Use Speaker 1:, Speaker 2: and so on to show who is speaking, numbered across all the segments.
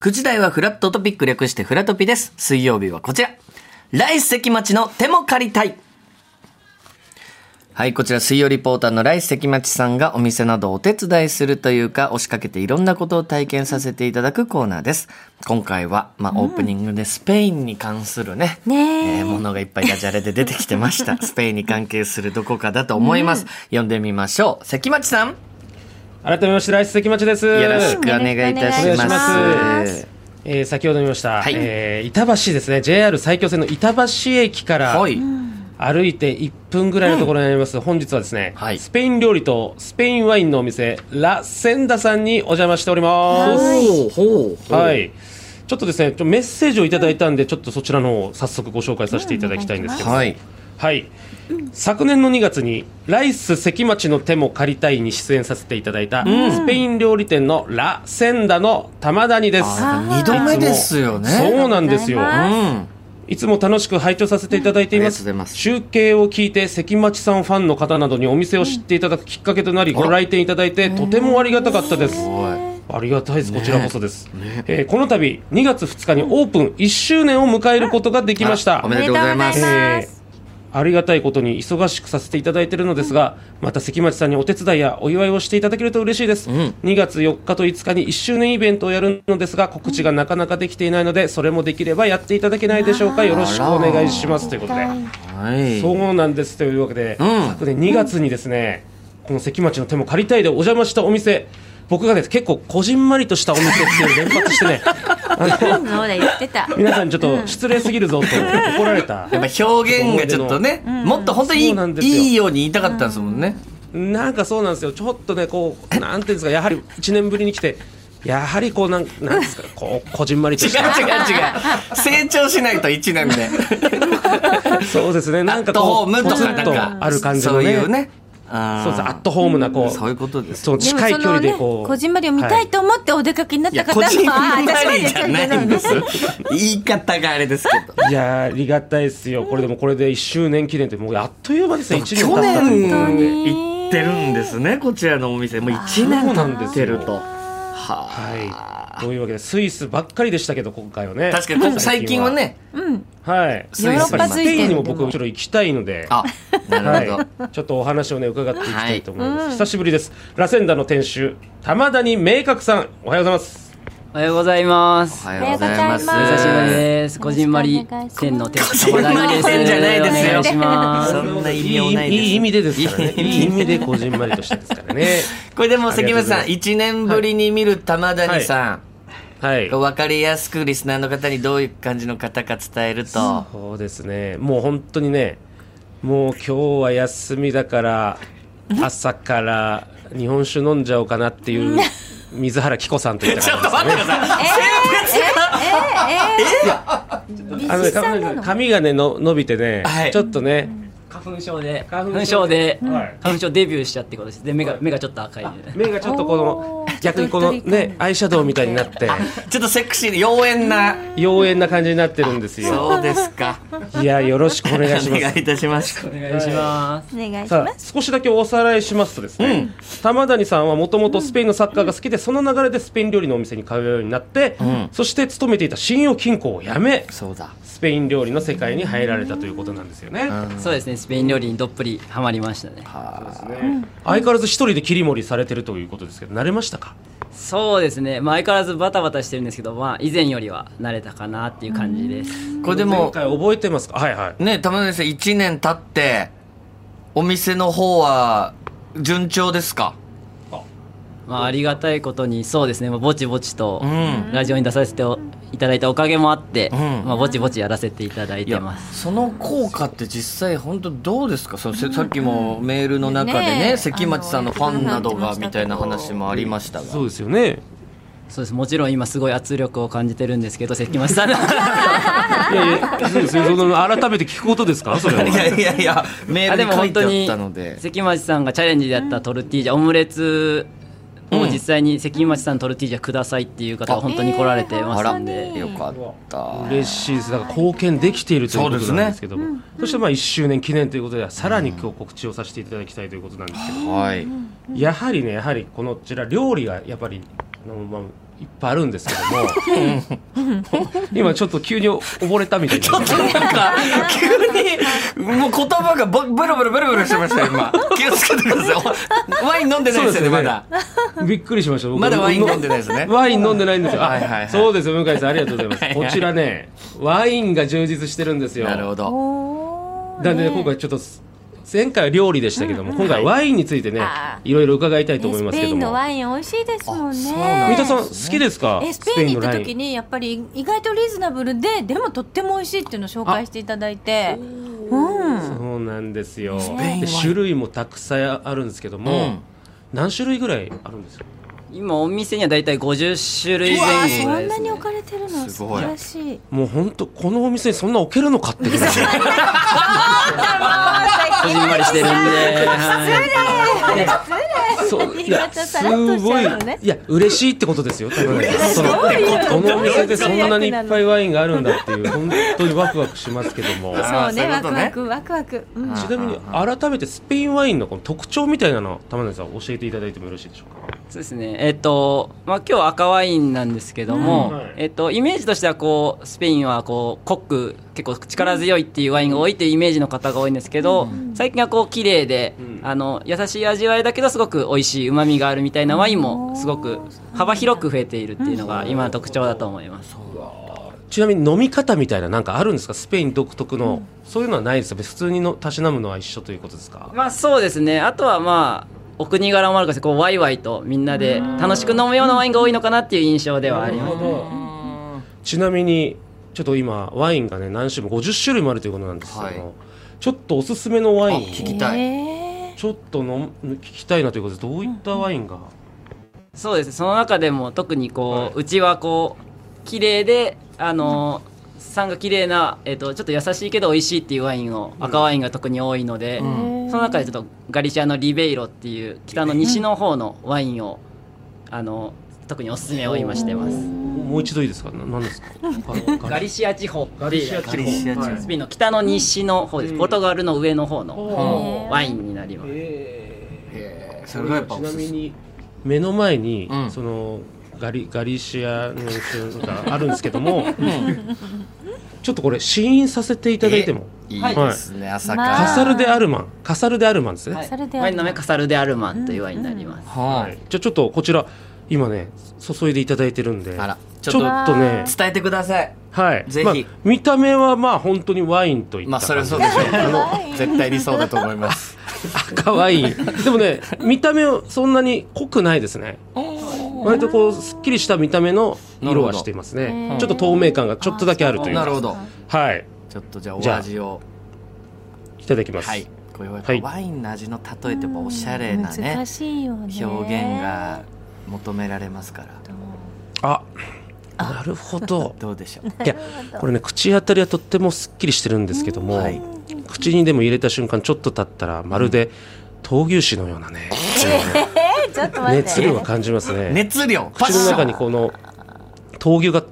Speaker 1: 9時台はフラットトピック略してフラトピです。水曜日はこちら。来関町の手も借りたい。はい、こちら水曜リポーターの来関町さんがお店などをお手伝いするというか、押しかけていろんなことを体験させていただくコーナーです。今回は、まあ、オープニングでスペインに関するね、
Speaker 2: ねえ
Speaker 1: えーものがいっぱいダジャレで出てきてま した。スペインに関係するどこかだと思います。読んでみましょう。関町さん。
Speaker 3: 改めまして、ライス関町です。
Speaker 1: よろしくお願いいたし
Speaker 3: お願いし
Speaker 1: ま
Speaker 3: ますす。えー先ほど見ました、
Speaker 1: はい
Speaker 3: えー板橋ですね、JR 埼京線の板橋駅から
Speaker 1: はい。
Speaker 3: 歩いて1分ぐらいのところにあります、本日はですね、
Speaker 1: はい
Speaker 3: スペイン料理とスペインワインのお店、ラ・センダさんにお邪魔しておりま
Speaker 1: ほう
Speaker 3: す。
Speaker 1: ほうほう。
Speaker 3: はい。ちょっとですね、ちょっとメッセージをいただいたんで、ちょっとそちらの方を早速ご紹介させていただきたいんですけど、
Speaker 1: はい。
Speaker 3: はい、昨年の2月に「ライス関町の手も借りたい」に出演させていただいた、スペイン料理店のラ・センダの玉谷です
Speaker 1: あ二度目ですよね。
Speaker 3: そうなんですよ
Speaker 2: ありがとうございます
Speaker 1: うん。
Speaker 3: いつも楽しく拝聴させていただいていま
Speaker 1: ありがとうご
Speaker 3: す,、
Speaker 1: ざいます
Speaker 3: 集計を聞いて関町さんファンの方などにお店を知っていただくきっかけとなり、
Speaker 1: ら
Speaker 3: ご来店いただいてとてもありがたかったです、
Speaker 1: おい。
Speaker 3: ありがたいです、こちらこそです、えーこの度2月2日にオープン1周年を迎えることができました、
Speaker 1: あおめでとうございます
Speaker 2: おめでとうございま
Speaker 3: えーありがたいことに忙しくさせていただいているのですが、また関町さんにお手伝いやお祝いをしていただけると嬉しいです、2月4日と5日に1周年イベントをやるのですが告知がなかなかできていないのでそれもできればやっていただけないでしょうかよろしくお願いしますということで
Speaker 1: はい。
Speaker 3: そうなんですというわけで、
Speaker 1: ん
Speaker 3: 昨年2月にですね、この関町の手も借りたいでお邪魔したお店僕がね結構こじんまりとしたお店っていうのを連発してね
Speaker 2: そうだ言ってた。
Speaker 3: 皆さんにちょっと失礼すぎるぞと怒られた
Speaker 1: やっぱ表現がちょっとね、もっと本当に
Speaker 3: そうなんですよ
Speaker 1: いいように言いたかったんですもんね。
Speaker 3: なんかそうなんですよ、ちょっとね、こう、なんていうんですか、やはり1年ぶりに来て、やはりこう、なんなんですか、こう、こじんまり
Speaker 1: 違
Speaker 3: と
Speaker 1: う
Speaker 3: した、
Speaker 1: 違う違う。成長しないと一年で。
Speaker 3: そうですね、なんか
Speaker 1: アットホ
Speaker 3: こ
Speaker 1: ー
Speaker 3: う、
Speaker 1: ムと
Speaker 3: ポツ
Speaker 1: か
Speaker 3: ン
Speaker 1: なんか
Speaker 3: とある感じ
Speaker 1: そ
Speaker 3: の
Speaker 1: う
Speaker 3: ね、
Speaker 1: いうね。あー
Speaker 3: そうです、アットホームな、こう、
Speaker 1: そういうことです。
Speaker 3: その近い距離でこ
Speaker 2: もそのね
Speaker 3: う、
Speaker 2: こじんまりを見たいと思ってお出かけになっ
Speaker 1: い
Speaker 2: た
Speaker 1: や、
Speaker 2: 方
Speaker 1: 個
Speaker 2: も、
Speaker 1: 人
Speaker 2: あ私は
Speaker 1: 割り
Speaker 2: ね
Speaker 1: じゃないんです。言い方があれですけど。
Speaker 3: はい、いやー、ありがたいですよ、これでもこれで1周年記念って、もうあっという間ですね、1年
Speaker 1: 去
Speaker 3: 経ったという
Speaker 1: 年
Speaker 2: 本当に
Speaker 1: 行ってるんですねこちらのお店もう1
Speaker 3: そ
Speaker 1: 年
Speaker 3: うなん
Speaker 1: 経
Speaker 3: で
Speaker 1: っ
Speaker 3: す
Speaker 1: て
Speaker 3: よ
Speaker 1: ると
Speaker 3: は、
Speaker 1: はい
Speaker 3: というわけで、スイスばっかりでしたけど、今回 はね。
Speaker 1: 確かにここ最近はね
Speaker 3: はい、
Speaker 1: スイス
Speaker 2: ヨーロッパス
Speaker 3: ス
Speaker 2: イ
Speaker 3: ペ
Speaker 2: ス
Speaker 3: インにも
Speaker 2: で
Speaker 3: 僕、ちょっと行きたいので。
Speaker 1: あなるほど、
Speaker 3: はい、ちょっとお話をね伺っていきたいと思います、久しぶりですラセンダの店主玉谷明確さんおはようございます
Speaker 4: おはようございます。
Speaker 1: おはようございます
Speaker 2: おはよう
Speaker 4: 久
Speaker 2: ご
Speaker 4: し
Speaker 2: ざ
Speaker 4: ぶり
Speaker 1: す
Speaker 4: です。こじんまり店の店主玉谷です。
Speaker 1: こじんまり店じゃないですよ
Speaker 4: お願いします。
Speaker 1: そんな異名ないです
Speaker 3: いい意味でですからね
Speaker 1: いい意味
Speaker 3: いい意味でこじんまりとしてですか らね
Speaker 1: これでも関口さん
Speaker 3: あり
Speaker 1: 1年ぶりに見る玉谷さ
Speaker 3: はい
Speaker 1: ん、わ分かりやすくリスナーの方にどういう感じの方か伝えると
Speaker 3: そうですねもう本当にねもう今日は休みだから朝から日本酒飲んじゃおうかなって いう水原希子さんといった
Speaker 1: ちょっ
Speaker 3: 感じ
Speaker 1: と
Speaker 3: です
Speaker 1: 待ってください
Speaker 3: あのね髪が髪がねの伸びてね、
Speaker 1: はい
Speaker 3: ちょっとね
Speaker 4: 花粉症で、
Speaker 3: 花粉症で
Speaker 4: 花粉症で、
Speaker 3: はい
Speaker 4: 花粉症デビューしちゃってことです。で、目が、目がちょっと赤い。
Speaker 3: 目がちょっとこの
Speaker 2: おー
Speaker 3: 逆にこの
Speaker 2: ちょっと一人一
Speaker 3: ね
Speaker 2: 人
Speaker 3: アイシャドウみたいになって
Speaker 1: ちょっとセクシーで妖艶な
Speaker 3: 妖艶な感じになってるんですよ
Speaker 1: そうですか
Speaker 3: いやよろしくお願いし
Speaker 1: お
Speaker 3: ま
Speaker 1: 願い
Speaker 3: す
Speaker 1: いたします
Speaker 4: お願いします。
Speaker 2: お願いし
Speaker 3: さ
Speaker 2: ま
Speaker 3: あ
Speaker 2: す。
Speaker 3: 少しだけおさらいしますとですね、玉谷さんはもともとスペインのサッカーが好きでその流れでスペイン料理のお店に通うようになって、そして勤めていた信用金庫を辞め
Speaker 1: そうだ
Speaker 3: スペイン料理の世界に入られたということなんですよね、
Speaker 4: そうですね。スペイン料理にどっぷりハマりましたね。
Speaker 3: 相変わらず一人で切り盛りされてるということですけど慣れましたか
Speaker 4: そうですね。まあ、相変わらずバタバタしてるんですけど、まあ、以前よりは慣れたかなっていう感じです。
Speaker 1: これで
Speaker 3: 前
Speaker 1: も
Speaker 3: 回覚えてますかはいはい
Speaker 1: ね玉谷さん1年経ってお店の方は順調ですか
Speaker 4: まあ、ありがたいことに、そうですね。まあ、ぼちぼちと
Speaker 1: ん、
Speaker 4: ラジオに出させていただいたおかげもあって、
Speaker 1: ん
Speaker 4: まあ、ぼちぼちやらせていただいてます。
Speaker 1: その効果って実際本当どうですかそのせさっきもメールの中でね
Speaker 2: ねえ
Speaker 1: 関町さんのファンなどが
Speaker 2: あの
Speaker 1: みたいな話もありましたが
Speaker 3: そうですよね
Speaker 4: そうですもちろん今すごい圧力を感じてるんです けど関町さんの
Speaker 3: いやいやそうですよその改めて聞くことですかそれ はい
Speaker 1: やいやいやメー
Speaker 4: あ
Speaker 1: ル
Speaker 4: で
Speaker 1: に
Speaker 4: も
Speaker 1: 書
Speaker 4: 本
Speaker 1: いて
Speaker 4: 当
Speaker 1: あっ
Speaker 4: に
Speaker 1: たので
Speaker 4: 関町さんがチャレンジでやったトルティージャオムレツを実際に関町さんのトルティージャくださいっていう方が本当に来られて
Speaker 1: あ
Speaker 4: ます
Speaker 1: ら
Speaker 4: んで、
Speaker 1: よかった
Speaker 3: 嬉しいです。だから貢献できているということ
Speaker 1: そうです
Speaker 3: な
Speaker 1: ね
Speaker 3: んですけども、そ,、してまあ1周年記念ということで、さらに今日告知をさせていただきたいということなんですけど、
Speaker 1: はい
Speaker 3: やはりね、やはりこのこちら料理がやっぱりあのまあいっぱいあるんですけども今ちょっと急に溺れたみたいな
Speaker 1: なんか、急に、もう言葉がぼブルブルブルブルしてましたよ、今。気をつけてください。ワイン飲んでないですよね、まだ。
Speaker 3: びっくりしました僕
Speaker 1: まだワイン飲んでないですね
Speaker 3: ワイン飲んでないんですよあ
Speaker 1: はいはいはい
Speaker 3: そうですよ向井さんありがとうございます
Speaker 1: はいはい
Speaker 3: こちらねワインが充実してるんですよ
Speaker 1: なるほど。
Speaker 2: おー
Speaker 3: なんでね、今回ちょっと前回は料理でしたけども、今回はワインについてね
Speaker 2: あ、ー
Speaker 3: いろいろ伺いたいと
Speaker 2: ね
Speaker 3: 思いま
Speaker 2: ス
Speaker 3: す
Speaker 2: ペイ
Speaker 3: けど
Speaker 2: ンの
Speaker 3: も。
Speaker 2: ワイン美味しいですもんね。
Speaker 1: あ
Speaker 3: 三
Speaker 1: そう
Speaker 3: 田
Speaker 1: なん
Speaker 3: さん
Speaker 1: で
Speaker 3: 好
Speaker 1: すね
Speaker 3: きですか？
Speaker 2: えスペインに行った
Speaker 3: スペ
Speaker 2: 時にやっぱり意外とリーズナブルででもとっても美味しいっていうのを紹介していただいてうん
Speaker 3: そうなんですよ。
Speaker 1: ペインワイン
Speaker 3: で種類もたくさんあるんですけど
Speaker 1: う
Speaker 3: も
Speaker 1: ん、
Speaker 3: 何種類ぐらいあるんですか？
Speaker 4: 今お店には大体50種類
Speaker 2: うわ
Speaker 4: 前
Speaker 2: ー
Speaker 4: 後
Speaker 2: そ
Speaker 4: ぐら
Speaker 2: ん
Speaker 4: い
Speaker 2: な
Speaker 4: です、
Speaker 2: に
Speaker 4: ね
Speaker 2: 置、かれてるの
Speaker 1: す
Speaker 2: 素
Speaker 1: ごい
Speaker 2: 晴らしい
Speaker 3: もう本当このお店にそんな置けるのかっ てぐらい。
Speaker 4: こじんま りしてるんで、はい
Speaker 3: そういや
Speaker 2: ちょっと
Speaker 3: す
Speaker 2: さらっとしち
Speaker 3: ごい
Speaker 2: ゃうのね
Speaker 3: いや嬉しいってことですよ。多分そのこのお店でそんなにいっぱいワインがあるんだって いう本当にワクワクしますけども。
Speaker 1: あ
Speaker 2: そ
Speaker 1: ー
Speaker 2: うね
Speaker 1: そう
Speaker 2: ワク
Speaker 1: いうことね
Speaker 2: ワクワクワクうん
Speaker 1: あ
Speaker 3: ちなみに改めてスペインワインのこの特徴みたいなの玉谷さん教えていただいてもよろしいでしょうか
Speaker 4: そうですねえっ、とまあ今日赤ワインなんですけども、
Speaker 3: うんはい
Speaker 4: えっ、とイメージとしてはこうスペインはこうコック結構力強いっていうワインが多いっていうイメージの方が多いんですけど、最近はこう綺麗で、
Speaker 3: うん
Speaker 4: あの優しい味わいだけどすごく美味しいうまみがあるみたいなワインもすごく幅広く増えているっていうのが今の特徴だと思います、
Speaker 3: ちなみに飲み方みたいななんかあるんですかスペイン独特の、そういうのはないですよ別に普通にのたしなむのは一緒ということですか、
Speaker 4: まあそうですねあとはまあお国柄もあるからですねこうワイワイとみんなで楽しく飲むようなワインが多いのかなっていう印象ではありますね
Speaker 3: ちなみにちょっと今ワインがね何種類も50種類もあるということなんですけども、
Speaker 1: はい
Speaker 3: ちょっとおすすめのワインを
Speaker 1: あ聞きたい
Speaker 2: え
Speaker 3: ちょっとの聞きたいなということでどういったワインが、
Speaker 4: そうですねその中でも特にこう、うちはこう綺麗であの、酸が綺麗な、えっとちょっと優しいけど美味しいっていうワインを、赤ワインが特に多いので、
Speaker 2: ん
Speaker 4: その中でちょっとガリシアのリベイロっていう北の西の方のワインを、あの特におすすめを今してます
Speaker 3: もう一度いいですかな何です か
Speaker 4: ガリシア地方っていう
Speaker 1: ガリシア地方
Speaker 4: スペインの北の西の方です、
Speaker 3: うん
Speaker 4: ポルトガルの上の方
Speaker 3: おー
Speaker 4: のワインになります、
Speaker 1: えーそれがやっぱ
Speaker 3: ち
Speaker 1: お
Speaker 3: な
Speaker 1: す
Speaker 3: み
Speaker 1: すめ。
Speaker 3: に目の前に、
Speaker 1: うん
Speaker 3: そのガリガリシアの種があるんですけども、 ちょっとこれ試飲させていただいても
Speaker 1: いい
Speaker 4: はい
Speaker 1: ですね、朝か
Speaker 2: まあ
Speaker 3: カ
Speaker 1: ら。
Speaker 3: サルデアルマンカサルデアルマンですね、
Speaker 4: は
Speaker 3: はい
Speaker 4: い、
Speaker 2: カサルデアルマン
Speaker 4: ワインの名前カサルデアルマンというワインになります、
Speaker 1: は
Speaker 3: じゃあちょっとこちら今ね注いでいただいてるんで
Speaker 1: あらち
Speaker 3: ち
Speaker 1: ょ
Speaker 3: ょ
Speaker 1: っ
Speaker 3: っ
Speaker 1: と
Speaker 3: とね
Speaker 1: い。伝えてください。
Speaker 3: はい
Speaker 1: ぜひ
Speaker 3: まあ、見た目はまあ本当にワインといった
Speaker 1: まあ、それはそうで
Speaker 3: 感
Speaker 1: しょう。あ
Speaker 2: ワイ
Speaker 1: の、
Speaker 2: ン
Speaker 1: 絶対理想だと思います。
Speaker 3: じで赤ワインでもね見た目はそんなに濃くないですね割とこうすっきりした見た目の色はしています
Speaker 2: なる
Speaker 3: ね
Speaker 2: ほど
Speaker 3: ちょっと透明感がちょっとだけあるという
Speaker 1: なるほど。
Speaker 3: はい
Speaker 1: ちょっとじゃあ、お味を。
Speaker 3: いただきます。
Speaker 1: はい。これはやっぱ
Speaker 3: はい
Speaker 1: ワインの味の例えって、やっぱおしゃれなね
Speaker 2: 難。しいよね
Speaker 1: 表現が求められますから。
Speaker 3: あ、なるほ ど。
Speaker 1: どうでしょう。
Speaker 3: いや、これね、口当たりはとってもすっきりしてるんですけども、
Speaker 1: はい
Speaker 3: 口にでも入れた瞬間、ちょっと経ったら、まるで闘牛士のようなね、
Speaker 2: えちょっと待って
Speaker 3: 熱量が感じますね。
Speaker 1: 熱量。
Speaker 3: 口の中に
Speaker 1: う。
Speaker 3: この闘牛が突っ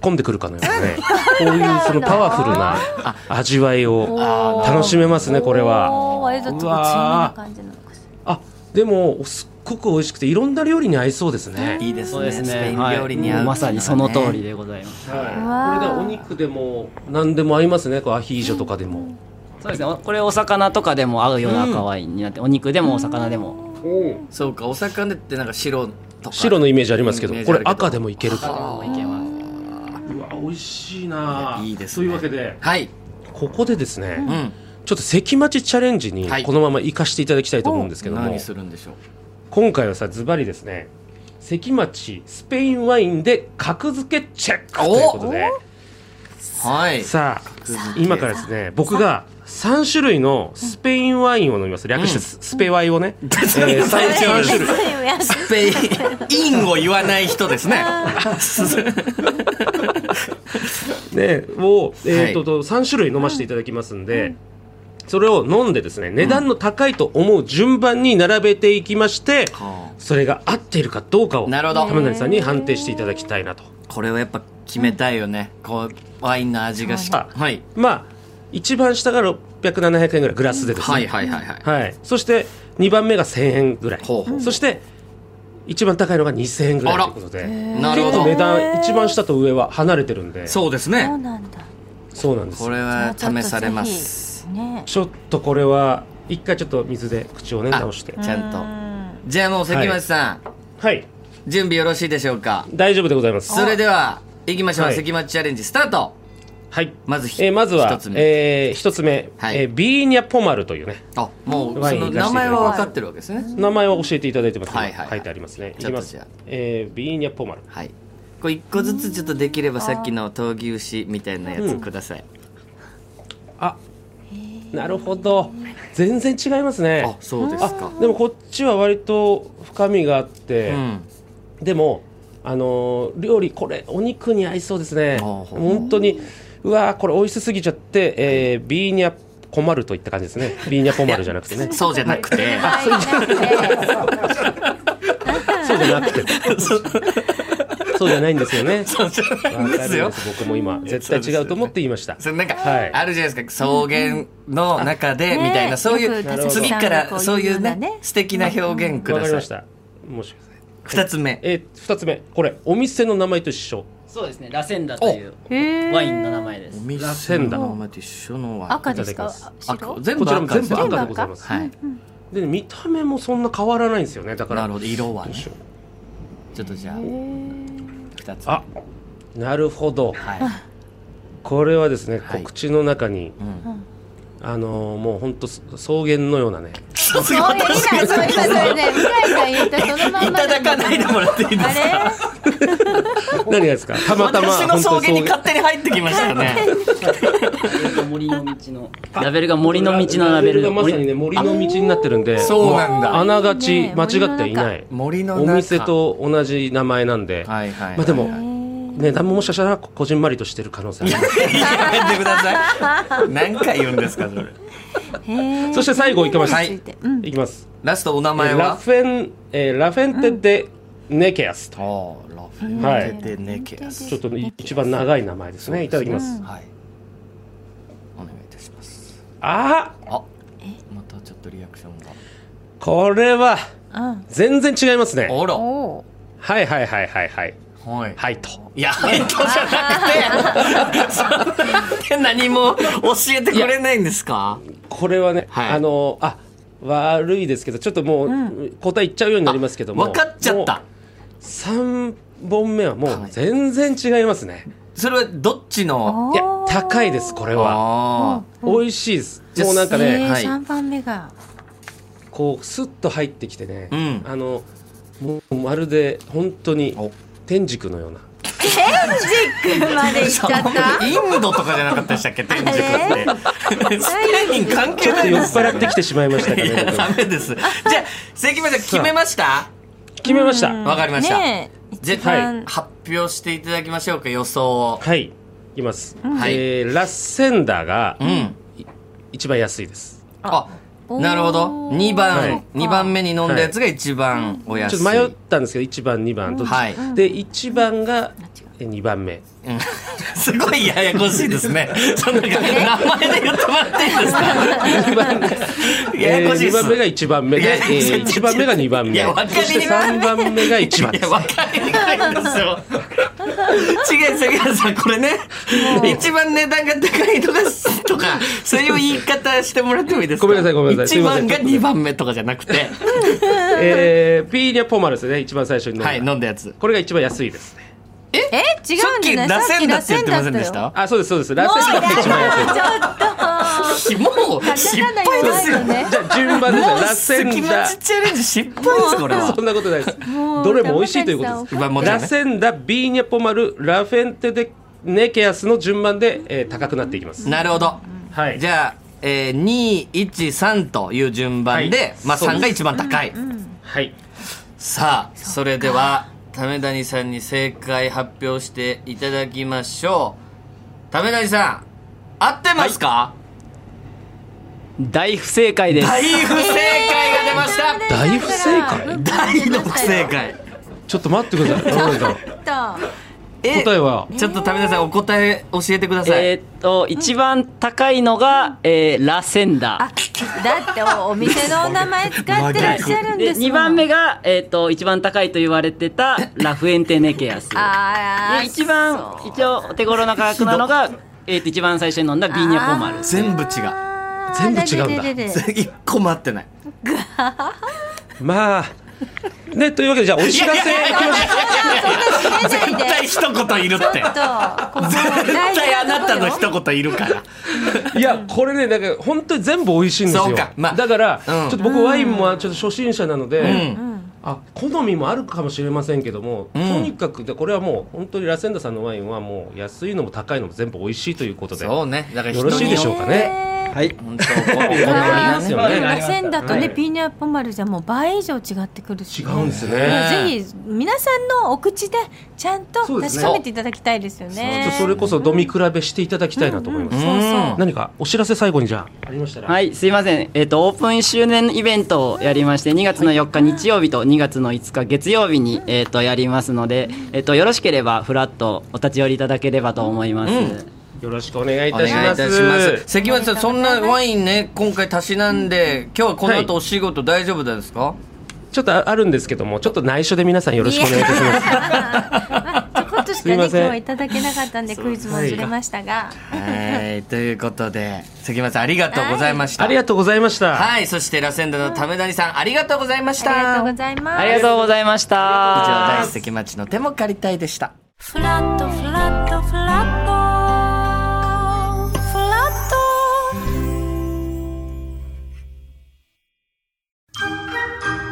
Speaker 3: 込んでくるかのよう なね、こういうそのパワフルな味わいを
Speaker 1: あ
Speaker 3: 楽しめますね、これは。
Speaker 2: おーあれだとこう
Speaker 3: う
Speaker 2: チーム
Speaker 3: わー
Speaker 2: な感じなのかし
Speaker 3: あ、でも、すっごく美味しくて、いろんな料理に合いそうですね。
Speaker 1: いいです
Speaker 4: そう
Speaker 1: ね。ス
Speaker 4: です
Speaker 1: ペイ
Speaker 4: ね
Speaker 1: ン
Speaker 4: はい
Speaker 1: 料理に合う。
Speaker 4: もうまさにその通り。でございます
Speaker 2: わ
Speaker 3: は
Speaker 2: あ
Speaker 3: い、これねお肉でも何でも合いますねこうアヒージョとかでも、
Speaker 4: そうですね。おこれお魚とかでも合うような赤ワインになって、お肉でもお魚でも。
Speaker 1: そうか、お魚ってなんか白とか。
Speaker 3: 白のイメージありますけど
Speaker 1: イメージ
Speaker 3: こ
Speaker 1: ある
Speaker 3: れ
Speaker 1: けど
Speaker 3: 赤でもいけるか
Speaker 4: いけます。
Speaker 3: うわ美味しいない
Speaker 1: いですね
Speaker 3: というわけで
Speaker 1: はい。
Speaker 3: ここでですね、
Speaker 1: うん。
Speaker 3: ちょっと関町チャレンジに
Speaker 1: はい
Speaker 3: このまま生かしていただきたいと思うんですけども、
Speaker 1: 何するんでしょう。
Speaker 3: 今回はさズバリですね関町スペインワインで格付けチェックということで
Speaker 1: はい。
Speaker 3: さあ今からですね僕が3種類のスペインワインを飲みます略してス,、ペワイをね、え ー、
Speaker 1: それ
Speaker 3: 3
Speaker 1: それ
Speaker 3: 種類
Speaker 1: スペイン、インを言わない人 ですね。
Speaker 3: でを、えー
Speaker 1: は
Speaker 3: とと3種類飲ませていただきますんで、それを飲んでですね値段の高いと思う順番に並べていきまして、
Speaker 1: はあ
Speaker 3: それが合っているかどうかを
Speaker 1: なるほど
Speaker 3: 玉谷さんに判定していただきたいなと
Speaker 1: これはやっぱ決めたいよね。こう、ワインの味がし
Speaker 3: そうね
Speaker 1: はい。
Speaker 3: まあ一番下が600700円ぐらいグラスでですね
Speaker 1: はいはいはいはい。
Speaker 3: はいそして2番目が1000円ぐらい
Speaker 1: ほうほう
Speaker 3: そして一番高いのが2000円ぐらいということで
Speaker 1: なるほ
Speaker 3: 結構
Speaker 1: ど
Speaker 3: 値段一番下と上は離れてるんでそ
Speaker 1: そうです
Speaker 2: そう
Speaker 1: ね
Speaker 2: なんだ
Speaker 3: うなんです
Speaker 1: これは試されます
Speaker 2: ね
Speaker 3: ちょっとこれは一回ちょっと水で口をね
Speaker 1: あ
Speaker 3: 直して
Speaker 1: ちゃん
Speaker 2: う
Speaker 1: と
Speaker 2: ん
Speaker 1: じゃあもう関町さん、
Speaker 3: はい
Speaker 1: 準備よろしいでしょうか
Speaker 3: 大丈夫でございます
Speaker 1: それでは行きましょう、
Speaker 3: はい
Speaker 1: 関町チャレンジスタート
Speaker 3: はい
Speaker 1: まずひ
Speaker 3: えーまずは
Speaker 1: 一つ目
Speaker 3: えー一つ目
Speaker 1: はい
Speaker 3: えービーニャポマルというね
Speaker 1: あもう
Speaker 3: ワ
Speaker 1: そ
Speaker 3: イン
Speaker 1: の
Speaker 3: 行かせていただきます
Speaker 1: 名前は分かってるわけですね
Speaker 3: 名前は教えていただいてます
Speaker 1: はいはいはい
Speaker 3: 書いてありますねい
Speaker 1: ちょっと
Speaker 3: きま
Speaker 1: じ
Speaker 3: す
Speaker 1: ゃあ
Speaker 3: えービーニャポマル
Speaker 1: はいこれ一個ずつちょっとできればさっきの闘牛士みたいなやつください、
Speaker 3: あなるほど全然違いますね
Speaker 1: あそうですか
Speaker 3: でもこっちは割と深みがあって、
Speaker 1: うん
Speaker 3: でも、あのー料理これお肉に合いそうですね
Speaker 1: ほうほう
Speaker 3: 本当にうわーこれ美味しすぎちゃって、えービーニャコマルといった感じですねビーニャコマルじゃなくてね
Speaker 1: そうじゃなくて、
Speaker 2: はいね
Speaker 3: そうじゃなくてそうじゃないんですよね
Speaker 1: そうじゃないんですよ
Speaker 3: わかるんです僕も今絶対違うと思って言いました、
Speaker 1: それなんか、
Speaker 3: はい
Speaker 1: あるじゃないですか草原の中でみたいな、
Speaker 2: ね
Speaker 1: そうい
Speaker 2: よく
Speaker 1: う
Speaker 2: 田
Speaker 1: 次
Speaker 2: 崎さん
Speaker 1: か
Speaker 2: が
Speaker 1: ら
Speaker 2: こういう
Speaker 1: そういうね
Speaker 2: ようなね
Speaker 1: 素敵な表現く
Speaker 3: わ
Speaker 1: だ
Speaker 3: かりまし
Speaker 1: さい
Speaker 3: た申し訳ない
Speaker 1: 二つ目
Speaker 3: えー、2つ目これお店の名前と一緒
Speaker 4: そうですねラセンダという
Speaker 2: へー
Speaker 4: ワインの名前です
Speaker 1: お店
Speaker 3: ラセンダ
Speaker 1: の名前と一緒のワイン
Speaker 2: 赤です
Speaker 3: い
Speaker 2: か
Speaker 3: ただ
Speaker 2: 白
Speaker 1: 全部
Speaker 3: こちらも
Speaker 1: 赤で
Speaker 3: 全
Speaker 1: すね
Speaker 3: 部赤でございます、
Speaker 1: はい、
Speaker 3: で見た目もそんな変わらないんですよねだから
Speaker 1: なるほど色は
Speaker 3: ど
Speaker 1: ね
Speaker 3: うしよう
Speaker 1: ちょっとじゃあ二つ目
Speaker 3: あなるほど
Speaker 1: はい、
Speaker 3: これはですね、
Speaker 1: はい
Speaker 3: 告知の中に、
Speaker 1: うん
Speaker 3: あのーもう本当草原のようなね
Speaker 1: さす
Speaker 2: そう
Speaker 1: が
Speaker 2: いう今そう今それね向井さん言ったそのま
Speaker 1: い
Speaker 2: んま
Speaker 1: ただかないでもらっていいです
Speaker 2: あ
Speaker 1: か
Speaker 2: れ
Speaker 3: 何がで すかたまたま
Speaker 1: 私の草
Speaker 3: 本
Speaker 1: 原
Speaker 3: 当
Speaker 1: に勝手に入ってきましたよね
Speaker 4: ラベルが森の道のラベルが森の道のラベル
Speaker 3: がまさにね森の道になってるんで
Speaker 1: そうなんだ
Speaker 3: あながち間違って
Speaker 2: 森の
Speaker 3: いない
Speaker 1: 森の
Speaker 3: お
Speaker 1: 中
Speaker 3: 店と同じ名前なんで、
Speaker 1: はいはいはい
Speaker 3: まあでもね何ももしかしたらここじんまりとしてる可能性あります
Speaker 1: やめてください何回言うんですかそれ
Speaker 2: へー
Speaker 3: そして最後いきましょう
Speaker 1: はい
Speaker 2: つてうん
Speaker 3: いきます
Speaker 1: ラストお名
Speaker 3: え
Speaker 1: 前
Speaker 3: ーラ
Speaker 1: は
Speaker 3: フェン、えーラフェンテ・デ・ネケアスと、
Speaker 1: おーラフ
Speaker 3: はい
Speaker 1: ェンテでネケアス
Speaker 3: ちょっとね一番長い名前ですねいただきます、
Speaker 1: はいお願いいたします
Speaker 3: あー
Speaker 1: あまたちょっとリアクションが
Speaker 3: これは
Speaker 2: うん
Speaker 3: 全然違いますね
Speaker 1: あら
Speaker 2: おう
Speaker 3: はいはいはいはいはい
Speaker 1: はい
Speaker 3: はいと
Speaker 1: いや、えっとじゃなくて、そんなんで何も教えてくれないんですか
Speaker 3: これはね、
Speaker 1: はい
Speaker 3: あのあ悪いですけどちょっともう、答え言っちゃうようになりますけども
Speaker 1: 分かっちゃった。
Speaker 3: 3本目はも
Speaker 1: は
Speaker 3: う
Speaker 1: い
Speaker 3: 全然違いますね、
Speaker 1: それはどっちの
Speaker 3: い、や高いですこれは
Speaker 1: あ
Speaker 3: 美味しいです
Speaker 1: じゃあ
Speaker 3: もうなんか
Speaker 1: せー
Speaker 3: ね
Speaker 1: はい
Speaker 2: 3番目が
Speaker 3: こうスッと入ってきてね、
Speaker 1: うん
Speaker 3: あのもうまるで本当に
Speaker 1: お
Speaker 3: 天竺のような
Speaker 2: 天竺まで行っちゃった
Speaker 1: ーインドとかじゃなかったでしたっけ天竺って。スペイン関係ない
Speaker 3: 酔っ
Speaker 1: ですよ。
Speaker 3: 払ってきてしまいました か
Speaker 1: いや、
Speaker 3: ね
Speaker 1: ダメです。じゃあ、関村さん決めました
Speaker 3: 決めました、
Speaker 1: わかりました。
Speaker 2: ねえ
Speaker 1: じゃ
Speaker 2: 一
Speaker 1: あ
Speaker 2: 番
Speaker 1: 発表していただきましょうか、予想を。
Speaker 3: はいいきます、
Speaker 1: はい
Speaker 3: えーラッセンダーが
Speaker 1: うん。
Speaker 3: 一番安いです
Speaker 1: あ、なるほど。
Speaker 2: おー
Speaker 1: 2
Speaker 3: は
Speaker 1: 番
Speaker 3: い、
Speaker 1: 二番目に飲んだやつが一番お安
Speaker 3: ち
Speaker 1: い。
Speaker 3: ょっと迷ったんですけど1番2番どっち、
Speaker 1: はい
Speaker 3: で1番が2番目
Speaker 1: すごいややこしいですね。 そんな名前で言ってもらっていいです か。ややこしいで
Speaker 3: えー2
Speaker 1: す。
Speaker 3: 番目が1番目
Speaker 1: いや
Speaker 3: で、えー、1番目が2番
Speaker 1: い
Speaker 3: 目
Speaker 1: やわかり
Speaker 3: そして3番目が1番
Speaker 1: い
Speaker 3: で
Speaker 1: や、
Speaker 3: す
Speaker 1: わかりにくいんですよ。違う、杉原さん、これね、一番値段が高いとか、とか、そういう言い方してもらってもいいですか
Speaker 3: ごめんなさいごめんなさい
Speaker 1: 一番が
Speaker 3: すいません
Speaker 1: 二番目とかじゃなくて、
Speaker 3: えー、ピーニャポマルですね一番最初に飲んだ、
Speaker 1: はい、飲んだやつ。
Speaker 3: これが一番安いですね
Speaker 2: え違
Speaker 1: さ
Speaker 2: う
Speaker 1: っ
Speaker 2: んじ
Speaker 1: き、
Speaker 2: ゃない
Speaker 1: ラセンダって言ってませんでし
Speaker 2: さった
Speaker 3: あそうですそうですラッセンダーが一番安いです
Speaker 1: あもう、
Speaker 2: き
Speaker 1: 失
Speaker 2: ラセンダーだ
Speaker 1: 敗
Speaker 2: よ
Speaker 1: ですよ。も
Speaker 2: 言わないとね
Speaker 3: じゃあ順番ですねラ
Speaker 1: う、
Speaker 3: ッセン
Speaker 1: 関
Speaker 3: ダ
Speaker 1: 町
Speaker 3: ー
Speaker 1: チャレンジ失敗です、これは
Speaker 3: そ。んなことないです
Speaker 2: もう
Speaker 3: どれも美味しいということです
Speaker 1: まあもちろん
Speaker 3: ラ
Speaker 1: ね
Speaker 3: センダビーニャポマルラフェンテデネケアスの順番で、えー高くなっていきます、
Speaker 1: なるほど。
Speaker 3: はい
Speaker 1: じゃあ、えー、2、1、3という順番で、
Speaker 3: はい
Speaker 1: まあ
Speaker 3: そうです
Speaker 1: 3が一番高い。
Speaker 3: はい
Speaker 1: さあ、それでは、為谷さんに正解発表していただきましょう。為谷さん、合ってますか、
Speaker 4: 大不正解です
Speaker 1: 大不正解が出ました、
Speaker 3: 大不正解
Speaker 1: 大の不正解
Speaker 3: ちょっと待ってください。なんだろう
Speaker 2: 解
Speaker 1: え
Speaker 3: 答えは
Speaker 1: ちょっと食べなさいお答え教えてください、
Speaker 4: えーっと一番高いのが、えーラセン
Speaker 2: あ
Speaker 4: ダ
Speaker 2: だっておお店のお名前使ってらっしゃる
Speaker 4: ー
Speaker 2: ん
Speaker 4: で
Speaker 2: ですもん
Speaker 4: 2番目が、えーっと一番高いと言われてたラフエンテネケアス
Speaker 2: あー
Speaker 4: で一番一応お手頃な価格なのが、えーっと一番最初に飲んだビーニャコマル
Speaker 1: 全部違う
Speaker 2: あー
Speaker 3: 全部違うんだ
Speaker 2: でででで
Speaker 1: 一個も合ってない
Speaker 3: まあねというわけでじゃあお知らせいきましょ
Speaker 2: 入れないで
Speaker 1: 絶対一言いるって
Speaker 2: ちょっとここ
Speaker 1: 絶
Speaker 2: 大事
Speaker 1: 対あなたの
Speaker 2: とこよ
Speaker 1: 一言いるから
Speaker 3: う いやこれねなんか本当に全部美味しいんですよ
Speaker 1: そうかまあ
Speaker 3: だから、
Speaker 1: うん
Speaker 3: ちょっと僕ワインもちょっと初心者なので、
Speaker 1: うん
Speaker 3: あ好みもあるかもしれませんけども、とにかくでこれはもう本当にラセンダさんのワインはもう安いのも高いのも全部美味しいということで
Speaker 1: そうねだから
Speaker 3: よろしいでしょうかね
Speaker 2: へ
Speaker 3: はい
Speaker 1: 本当お好み
Speaker 3: お好み
Speaker 1: が
Speaker 3: ですよね
Speaker 2: あーラセンダとね、
Speaker 3: はい
Speaker 2: ピーニャポマルじゃもう倍以上違ってくるし
Speaker 3: 違うんですね
Speaker 2: もうぜひ皆さんのお口でちゃんと
Speaker 3: そう
Speaker 2: 確
Speaker 3: ですね
Speaker 2: かめていただきたいですよね
Speaker 3: ちょっとそれこそ飲み比べしていただきたいなと思います、
Speaker 2: そうそう
Speaker 3: 何かお知らせ最後にじゃあありましたら、
Speaker 4: はい、すいません。えっ、と、オープン1周年イベントをやりまして、2月の4日日曜日と2月の5日月曜日に、えっ、と、やりますので、えっ、と、よろしければ、フラッとお立ち寄りいただければと思います。
Speaker 3: よろしくお願いい
Speaker 1: お
Speaker 3: た
Speaker 1: 願い
Speaker 3: し
Speaker 1: い
Speaker 3: ま
Speaker 1: た
Speaker 3: す
Speaker 1: します関町さんそんなワインね今回たしなんで今日はこの後お仕事大丈夫ですか
Speaker 3: ちょっとああるんですけどもちょっと内緒で皆さんよろしくお願いいたし ます
Speaker 2: まあちょこっとしか
Speaker 3: すい
Speaker 2: ね今
Speaker 3: ま
Speaker 2: 日
Speaker 3: せん
Speaker 2: はいただけなかったんでクイズもずれましたが
Speaker 1: はいということで関町さんありがとうございました
Speaker 3: ありがとうございました、
Speaker 1: はいそしてラセンダの為谷さんありがとうございまし
Speaker 2: ありが
Speaker 1: た
Speaker 2: とうございます
Speaker 4: ありがとうございました。
Speaker 1: 以上大関町の手も借りたいでした
Speaker 2: フラットフラットフラットフラット